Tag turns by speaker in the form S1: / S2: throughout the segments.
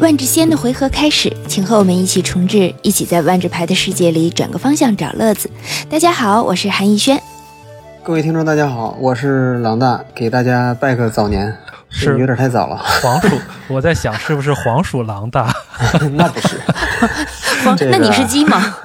S1: 万智仙的回合开始，请和我们一起重置，一起在万智牌的世界里转个方向找乐子。大家好，我是韩逸 轩。
S2: 各位听众，大家好，我是狼大，给大家拜个早年，
S3: 是
S2: 有点太早 了，
S3: 黄鼠，我在想是不是黄鼠 狼大？
S2: 那不是，
S3: 啊
S1: 黄，
S2: 这个
S1: 那你是鸡 吗？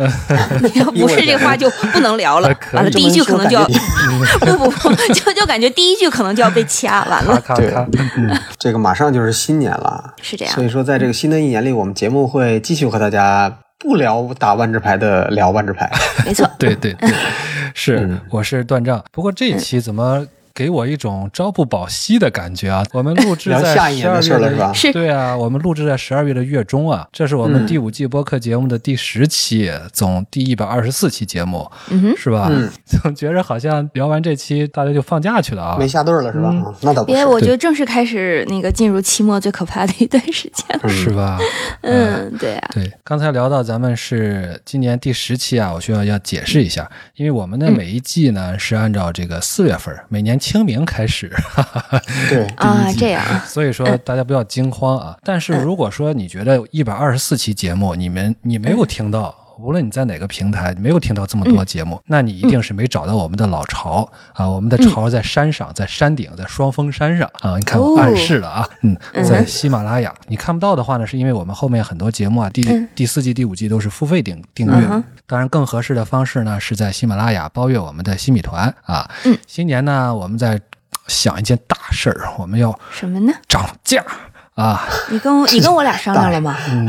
S1: 你要不是这话就不能聊了
S3: 哎， 可以
S1: 完了第一句可能就要
S2: 这么
S1: 不不不，就 就感觉第一句可能就要被掐，完
S3: 咔
S1: 了
S3: 咔
S2: 对
S3: 咔！，
S2: 嗯，这个马上就是新年了，
S1: 是这样
S2: 所。以说在这个新的一年里，我们节目会继续和大家不聊打万智牌的聊万智牌，
S1: 没错，
S3: 对对对， 是
S2: 嗯，
S3: 我是断账。不过这一期怎么给我一种朝不保夕的感觉啊？我们录 制
S2: 聊
S3: 在
S2: 下一
S3: 十
S2: 年
S3: 二
S2: 的事
S3: 月
S2: 儿了是吧？
S1: 是
S3: 对啊，我们录制在十二月的月中啊，这是我
S2: 嗯
S3: 们第五季播客节目的第十期，总第一百二十四期节目，
S1: 嗯哼，
S3: 是吧？
S2: 嗯，
S3: 总觉着好像聊完这期大家就放假去了啊。
S2: 没下对儿了是吧？
S3: 嗯
S2: 啊那倒不
S1: 别，
S2: 是，
S1: 我就正式开始那个进入期末最可怕的一段时间了。
S3: 是吧？
S1: 嗯，对啊，
S3: 对，刚才聊到咱们是今年第十期啊，我需要要解释一下，因为我们的每一季呢、是按照这个四月份，每年清明开始，哈哈哈，
S2: 对，
S1: 啊，这样 啊，
S3: 所以说大家不要惊慌 啊。但是如果说你觉得一百二十四期节目你们你没有听到。无论你在哪个平台，你没有听到这么多节目，
S1: 嗯
S3: 那你一定是没找到我们的老巢啊！我们的巢在山上，在山顶，在双峰山上啊！你看我
S1: 哦
S3: 暗示了啊，嗯，
S1: 嗯
S3: 在喜马拉雅。你看不到的话呢，是因为我们后面很多节目啊，第
S1: 嗯
S3: 第四季、第五季都是付费订订
S1: 嗯哼
S3: 阅。当然，更合适的方式呢，是在喜马拉雅包月我们的新米团啊
S1: 嗯。
S3: 新年呢，我们在想一件大事儿，我们要
S1: 什么呢？
S3: 涨价啊，
S1: 你跟我你跟我俩商量了吗？
S3: 嗯，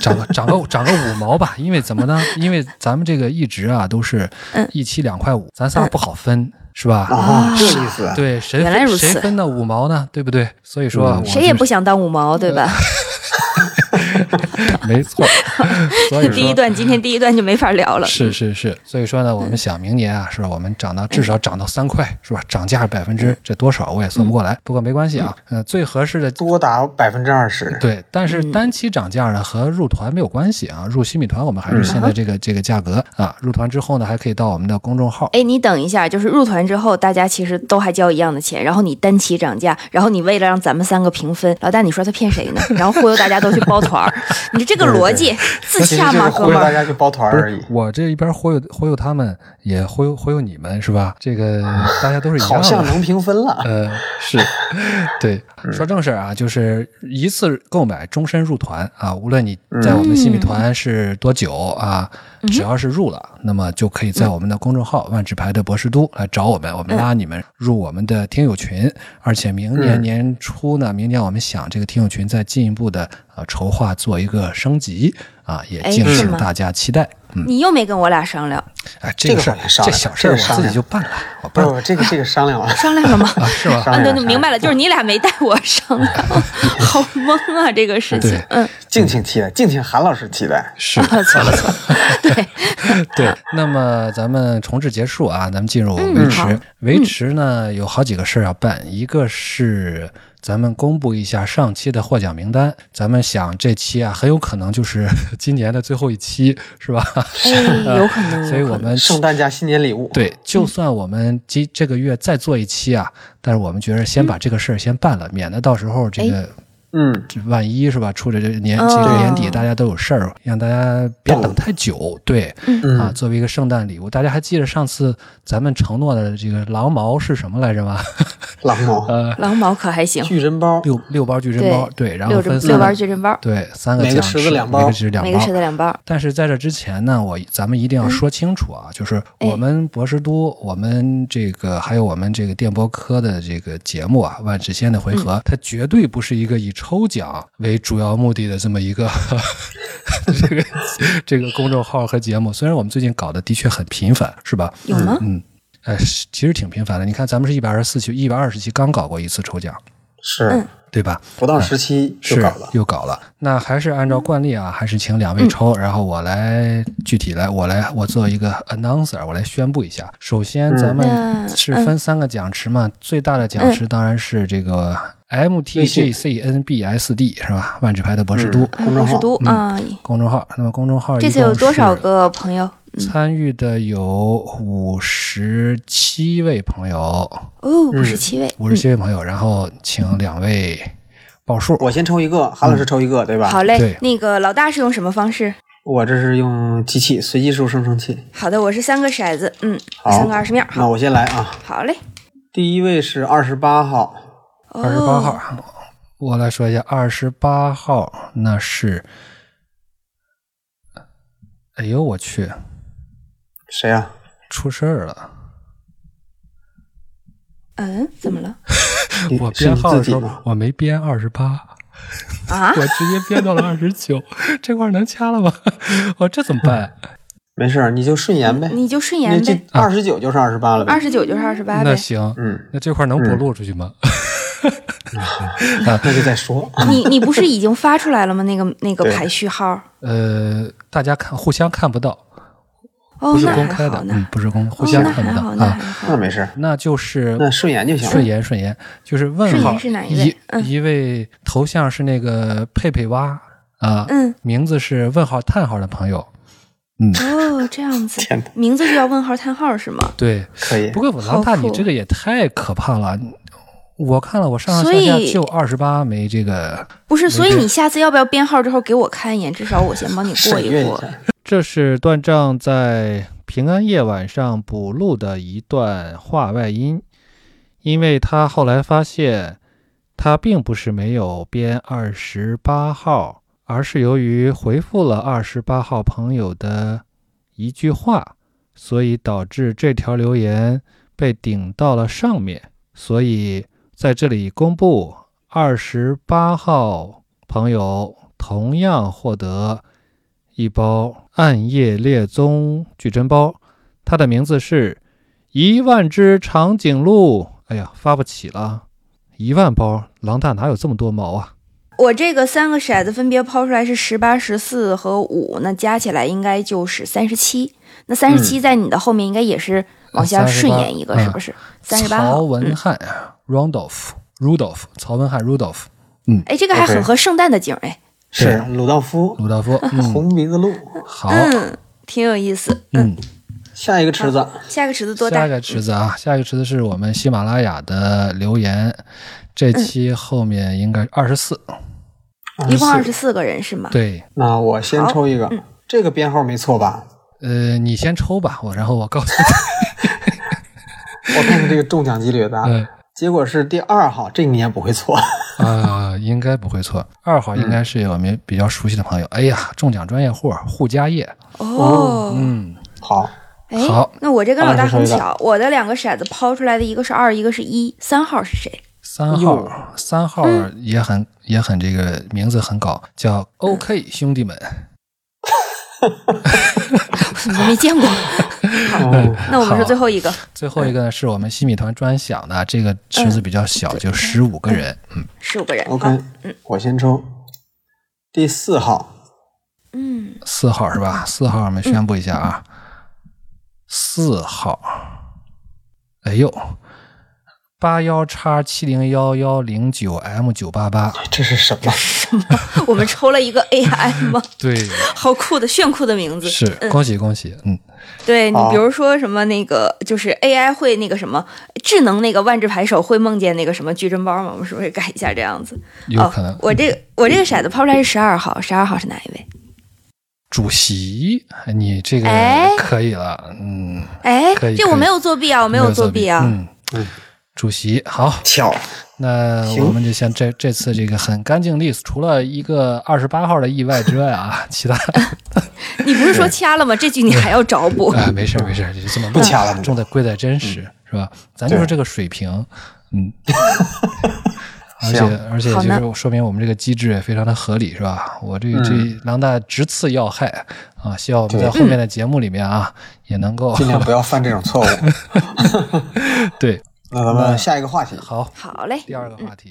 S3: 涨个涨个涨个五毛吧，因为怎么呢？因为咱们这个一直啊都是
S1: 嗯
S3: 一期两块五，咱仨不好分，是吧？
S2: 啊，这意思，
S3: 对，谁
S1: 原来
S3: 分
S1: 如此
S3: 谁分的五毛呢？对不对？所以说啊
S2: 嗯
S3: 我
S1: 谁也
S3: 就
S1: 不想当五毛，对吧？
S3: 没错，所以说
S1: 第一段今天第一段就没法聊了。嗯
S3: 是是是，所以说呢，我们想明年啊，是吧？我们涨到至少涨到三块，是吧？涨价百分之这多少我也算不过来，不过没关系啊。呃，最合适的
S2: 多达百分之二十，
S3: 对，但是
S1: 嗯
S3: 单期涨价呢和入团没有关系啊。入新米团我们还
S2: 嗯
S3: 是现在这个这个价格啊。入团之后呢，还可以到我们的公众号。
S1: 哎，你等一下，就是入团之后，大家其实都还交一样的钱，然后你单期涨价，然后你为了让咱们三个平分，老大你说他骗谁呢？然后忽悠大家都去包团儿，你这个逻辑自
S2: 其实
S1: 洽
S2: 就是
S1: 吗，
S2: 忽
S1: 哥
S2: 悠
S1: 们
S2: 大
S1: 儿？
S2: 家去包团
S3: 不
S2: 而
S3: 是
S2: 已，
S3: 我这一边忽悠忽悠他们，也忽悠忽悠你们是吧？这个大家都是一
S2: 好
S3: 样
S2: 像
S3: 的。
S2: 能平分了，
S3: 呃，是，对，
S2: 嗯
S3: 说正事儿啊，就是一次购买，终身入团啊。无论你
S2: 嗯
S3: 在我们
S1: 嗯
S3: 新米团是多久啊，只要是入了，那么就可以
S1: 嗯
S3: 在我们的公众号“万智牌的博士都”来找我们，我们拉你们入我们的听友群。而且明年
S2: 嗯
S3: 年初呢，明年我们想这个听友群再进一步的呃筹划做一个升级啊，也
S1: 哎
S3: 敬
S1: 是
S3: 请
S1: 吗
S3: 大家期待。嗯，
S1: 你又没跟我俩商量，
S3: 哎，这个
S2: 这
S3: 事
S2: 个
S3: 儿
S2: 好像商，量了这
S3: 这小事儿
S2: 个
S3: 我
S2: 商
S3: 自己
S2: 量
S3: 就办了，我
S2: 不
S3: 办了
S2: 不，这个这个商量了，
S1: 商量了吗？
S3: 啊，是吧？
S2: 商
S1: 啊，
S2: 量
S1: 对，
S2: 了
S1: 对明白了，就是你俩没带我商量，好懵啊，这个事情
S3: 对。
S1: 嗯，
S2: 敬请期待，敬请韩老师期待，
S3: 是。
S1: 啊 错了错了，对，
S3: 对，那么咱们重置结束啊，咱们进入
S1: 嗯
S3: 维持。
S1: 好
S3: 维持呢有好几个事儿要办，一个是咱们公布一下上期的获奖名单。咱们想这期啊，很有可能就是 今年的最后一期，是吧？
S1: 哎，有可能，
S3: 所以
S1: 有可
S3: 我
S1: 能
S3: 们
S2: 圣诞加新年礼物，
S1: 嗯
S3: 对，就算我们今这个月再做一期啊，但是我们觉得先把这个事儿先办了，免得到时候
S1: 哎
S3: 这个
S2: 嗯，
S3: 万一是吧，出着这年
S1: 哦
S3: 这个年底大家都有事儿，让大家别等太久。对，
S2: 嗯
S3: 啊，作为一个圣诞礼物，大家还记得上次咱们承诺的这个狼毛是什么来着吗？
S2: 狼毛、
S3: 呃，
S1: 狼毛可还行，
S2: 巨人包，
S3: 六六包矩阵包，对，然后
S1: 六只
S3: 分
S1: 六
S3: 三
S1: 包
S3: 个，
S1: 矩阵包，
S3: 对，三个
S2: 每个
S3: 奖
S2: 池子
S3: 池
S2: 两
S3: 每
S2: 包
S3: 个池两
S1: 每个
S3: 包
S1: 吃。的两包。
S3: 但是在这之前呢，我咱们一定要说清楚啊，就是我们博士都，我们这个还有我们这个电波科的这个节目啊，万智仙的回合，它绝对不是一个以抽奖为主要目的的这么一个 这个这个公众号和节目。虽然我们最近搞的的确很频繁，是吧？
S1: 有吗？
S3: 嗯。呃，是其实挺频繁的。你看，咱们是一百二十四期、一百二十期刚搞过一次抽奖，
S2: 是
S3: 对吧？
S2: 不到十七就是搞了，嗯
S3: 又搞了。那还是按照惯例啊，还是请两位抽，然后我来具体来，我来我做一个 announcer，我来宣布一下。首先，
S2: 嗯
S3: 咱们
S1: 那嗯
S3: 是分三个奖池嘛，最大的奖池当然是这个
S2: 微信
S3: MTGCNBSD 是吧？万智牌的博士都
S2: 嗯公众
S1: 是
S2: 号
S1: 都啊，
S3: 公众号。那么公众号
S1: 这次
S3: 一共
S1: 有多少
S3: 是
S1: 个嗯朋友？
S3: 参与的有五十七位朋友，
S1: 哦，五十七位，
S3: 五十七位朋友，然后请两位报数。
S2: 我先抽一个，韩老师抽一个，对吧？
S1: 好
S3: 对
S1: 嘞，那个老大是用什么方式？
S2: 我这是用机器随机数生成器。
S1: 好的，我是三个骰子，嗯，
S2: 好
S1: 三个二十面，
S2: 那
S1: 好，
S2: 我先来
S3: 嗯
S2: 啊，
S1: 好嘞。
S2: 第一位是二十八号，
S1: 哦
S3: 二十八号，，我来说一下，二十八号那是，哎呦我去，
S2: 谁 啊？
S3: 出事儿了！
S1: 嗯，怎么了？
S2: 你
S3: 我
S2: 是
S3: 编
S2: 你
S3: 号的
S2: 自己
S3: 时
S2: 吗
S3: 候我没编二十八，
S1: 啊？
S3: 我直接编到了二十九，这块儿能掐了吗？我这怎么办？
S2: 没事儿，你就顺延呗。
S1: 你就顺
S2: 那
S1: 延
S2: 这
S1: 呗，
S2: 二十九就是二十八了呗。
S1: 二十九就是二十八
S3: 那
S1: 呗。
S3: 行，
S2: 嗯，
S3: 那这块儿能不录出去吗？ 啊
S2: 那就再说。
S1: 你你不是已经发出来了吗？那个那个
S2: 对
S1: 排序号。
S3: 呃，大家看互相看不到，
S1: 哦
S3: 不，是
S1: 那
S3: 公
S1: 还
S3: 开
S1: 好
S3: 的，
S1: 呢，
S3: 嗯，不 是公，互
S1: 哦
S3: 相
S1: 那
S3: 看
S1: 还
S3: 不到
S1: 好，那
S3: 啊。
S1: 还好
S2: 那没事儿，
S3: 那就是
S2: 那顺延就行
S3: 顺
S2: 了。
S3: 延顺延，就是问
S1: 顺
S3: 号
S1: 延是哪一
S3: 一
S1: 位嗯
S3: 一位头像是那个佩佩蛙啊，
S1: 嗯，
S3: 名字是问号叹号的朋友，嗯，
S1: 哦，这样子
S2: 天哪，
S1: 名字就要问号叹号是吗？
S3: 对。
S2: 可以
S3: 不。过老大，
S1: 好酷
S3: 你这个也太可怕了。我看了，我上上
S1: 所
S3: 下
S1: 以
S3: 下就二十八枚这个，
S1: 不是，所以
S3: 对
S1: 你下次要不要编号之后给我看一眼？至少我先帮你过
S2: 审阅一
S1: 过。
S2: 下，
S4: 这是段丈在平安夜晚上补录的一段话外音，因为他后来发现，他并不是没有编二十八号，而是由于回复了二十八号朋友的一句话，所以导致这条留言被顶到了上面。所以在这里公布，二十八号朋友同样获得一包暗夜猎踪矩阵包，它的名字是一万只长颈鹿。哎呀，发不起了，一万包，狼大哪有这么多毛啊？
S1: 我这个三个骰子分别抛出来是十八、十四和五，那加起来应该就是三十七。那三十七在你的后面应该也是往下
S3: 38
S1: 顺延一个，
S3: 嗯
S1: 是不是？三十八
S3: 曹
S1: 号。
S3: 文
S1: 嗯
S3: 翰 Rudolph Rudolph 曹文翰 Rudolph
S1: 哎，这个还
S2: OK
S1: 很合圣诞的景儿哎，
S2: 是鲁道夫
S3: 鲁道夫，嗯，
S2: 红鼻子鹿。
S3: 好，
S1: 嗯，挺有意思。
S3: 嗯，
S2: 下一个池子，
S1: 下个池子多
S3: 下
S1: 大
S3: 一？个池子啊，下一个池子是我们喜马拉雅的留言，这
S1: 嗯
S3: 期后面应该二十四，
S1: 一共二
S2: 24
S1: 十四个人是吗？
S3: 对，
S2: 那我先抽一个，这个编号没错吧？
S3: 呃，你先抽吧，我然后我告诉
S2: 我看看这个中奖几率有多大。
S3: 你，呃
S2: 结果是第二号，这个你也不会错。
S3: 啊，应该不会错，二号应该是我们比较熟悉的朋友，哎呀，中奖专业户护家业，
S1: 哦，
S3: 嗯，
S2: 好，
S1: 哎
S3: 好，
S1: 那我这跟
S2: 好
S1: 老大
S2: 老师
S1: 很
S2: 说一个
S1: 巧，我的两个骰子抛出来的一个是二，一个是一，三号是谁？
S3: 三号，三号也很也很这个名字很搞，叫 OK 兄弟们，
S1: 怎么没见过？
S2: 嗯，
S1: 那我们
S3: 好
S1: 是最后一个，
S3: 最后一个呢是我们新米团专享的，这个池子比较小，就十五个人，
S1: 十五个人。
S2: OK，、
S1: 好
S2: 我先抽第四号，
S1: 嗯，
S3: 四号是吧？四号我们宣布一下啊，四号，哎呦，八幺叉七零幺幺零九 M 九八八，
S2: 这是什么？
S1: 我们抽了一个 AI 吗？
S3: 对，
S1: 好酷的炫酷的名字。
S3: 是恭喜恭喜，嗯，
S1: 对你
S2: 好，
S1: 比如说什么那个，就是 AI 会那个什么智能那个万智牌手会梦见那个什么矩阵包吗？我们是不是改一下这样子？
S3: 有可能
S1: 哦、我这个我这个骰子抛出来是十二号，十二号是哪一位？
S3: 主席，你这个
S1: 哎
S3: 可以了，嗯，
S1: 哎
S3: 可以，
S1: 这我没有作弊啊，我没有作弊啊。
S3: 嗯
S2: 嗯。
S3: 主席，好，
S2: 巧，
S3: 那
S2: 行
S3: 我们就像这这次这个很干净利索，除了一个二十八号的意外之外啊，其他
S1: 你不是说掐了吗？这句你还要找补。
S3: 啊，没事儿没事儿，就这么
S2: 不掐了不掐了
S3: 重在贵在真实，是吧？咱就是这个水平，嗯。而且
S2: 行
S3: 而且
S1: 好
S3: 就
S1: 呢
S3: 是说明我们这个机制也非常的合理，是吧？我这
S2: 嗯
S3: 这狼大直刺要害啊，希望我们在后面的节目里面啊也能够
S2: 尽量不要犯这种错误。
S3: 对
S2: 那咱们下一个话题。
S3: 好。
S1: 好嘞，
S3: 第二个话题，